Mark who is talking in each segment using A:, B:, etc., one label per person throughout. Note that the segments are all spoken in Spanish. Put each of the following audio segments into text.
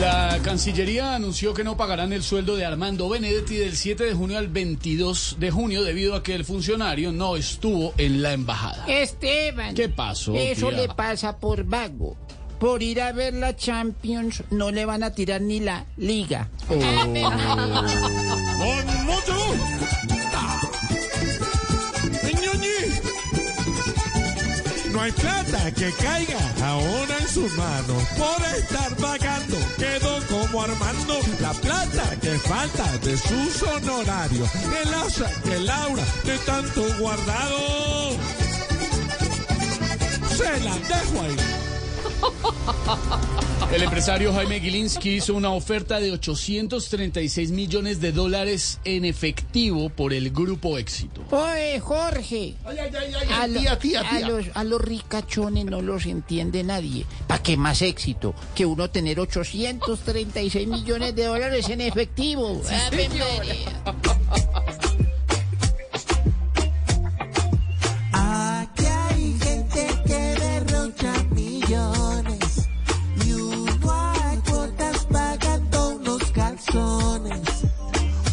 A: La Cancillería anunció que no pagarán el sueldo de Armando Benedetti del 7 de junio al 22 de junio debido a que el funcionario no estuvo en la embajada.
B: Esteban.
A: ¿Qué pasó,
B: Eso
A: tía?
B: le pasa por vago. Por ir a ver la Champions no le van a tirar ni la liga.
A: Oh.
C: ¡Con mucho gusto! Ñoñi. No hay plata que caiga ahora en sus manos por estar vagando. Quedó como Armando la plata que falta de sus honorarios. El asa que Laura de tanto guardado. Se la dejo ahí.
A: El empresario Jaime Gilinski hizo una oferta de 836 millones de dólares en efectivo por el grupo éxito.
B: Oye, Jorge. A, lo- a los, a los ricachones no los entiende nadie. ¿Para qué más éxito que uno tener 836 millones de dólares en efectivo? Ave María.
D: Aquí hay gente que derrocha millones y uno a cuotas pagando unos calzones,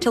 E: To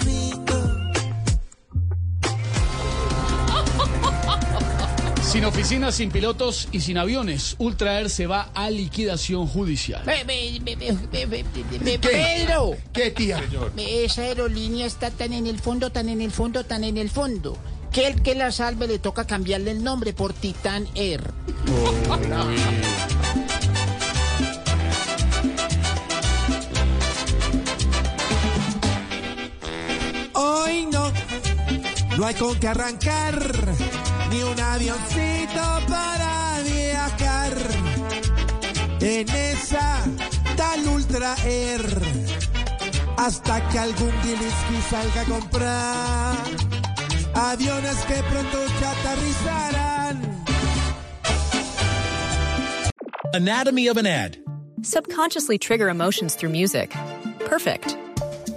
D: gringo.
A: Sin oficinas, sin pilotos y sin aviones, Ultra Air se va a liquidación judicial.
B: Ve, ve, ve, ve, ve, ve, ve, ve, Pedro.
A: ¿Qué tía?
B: Esa aerolínea está tan en el fondo, tan en el fondo, tan en el fondo. Que el que la salve le toca cambiarle el nombre por Titan Air.
D: Hoy no, no hay con qué arrancar, ni un avioncito para viajar. En esa tal Ultra Air, hasta que algún Gilinski salga a comprar aviones que pronto chatarrizarán.
F: Anatomy of an ad.
E: Subconsciously trigger emotions through music. Perfect.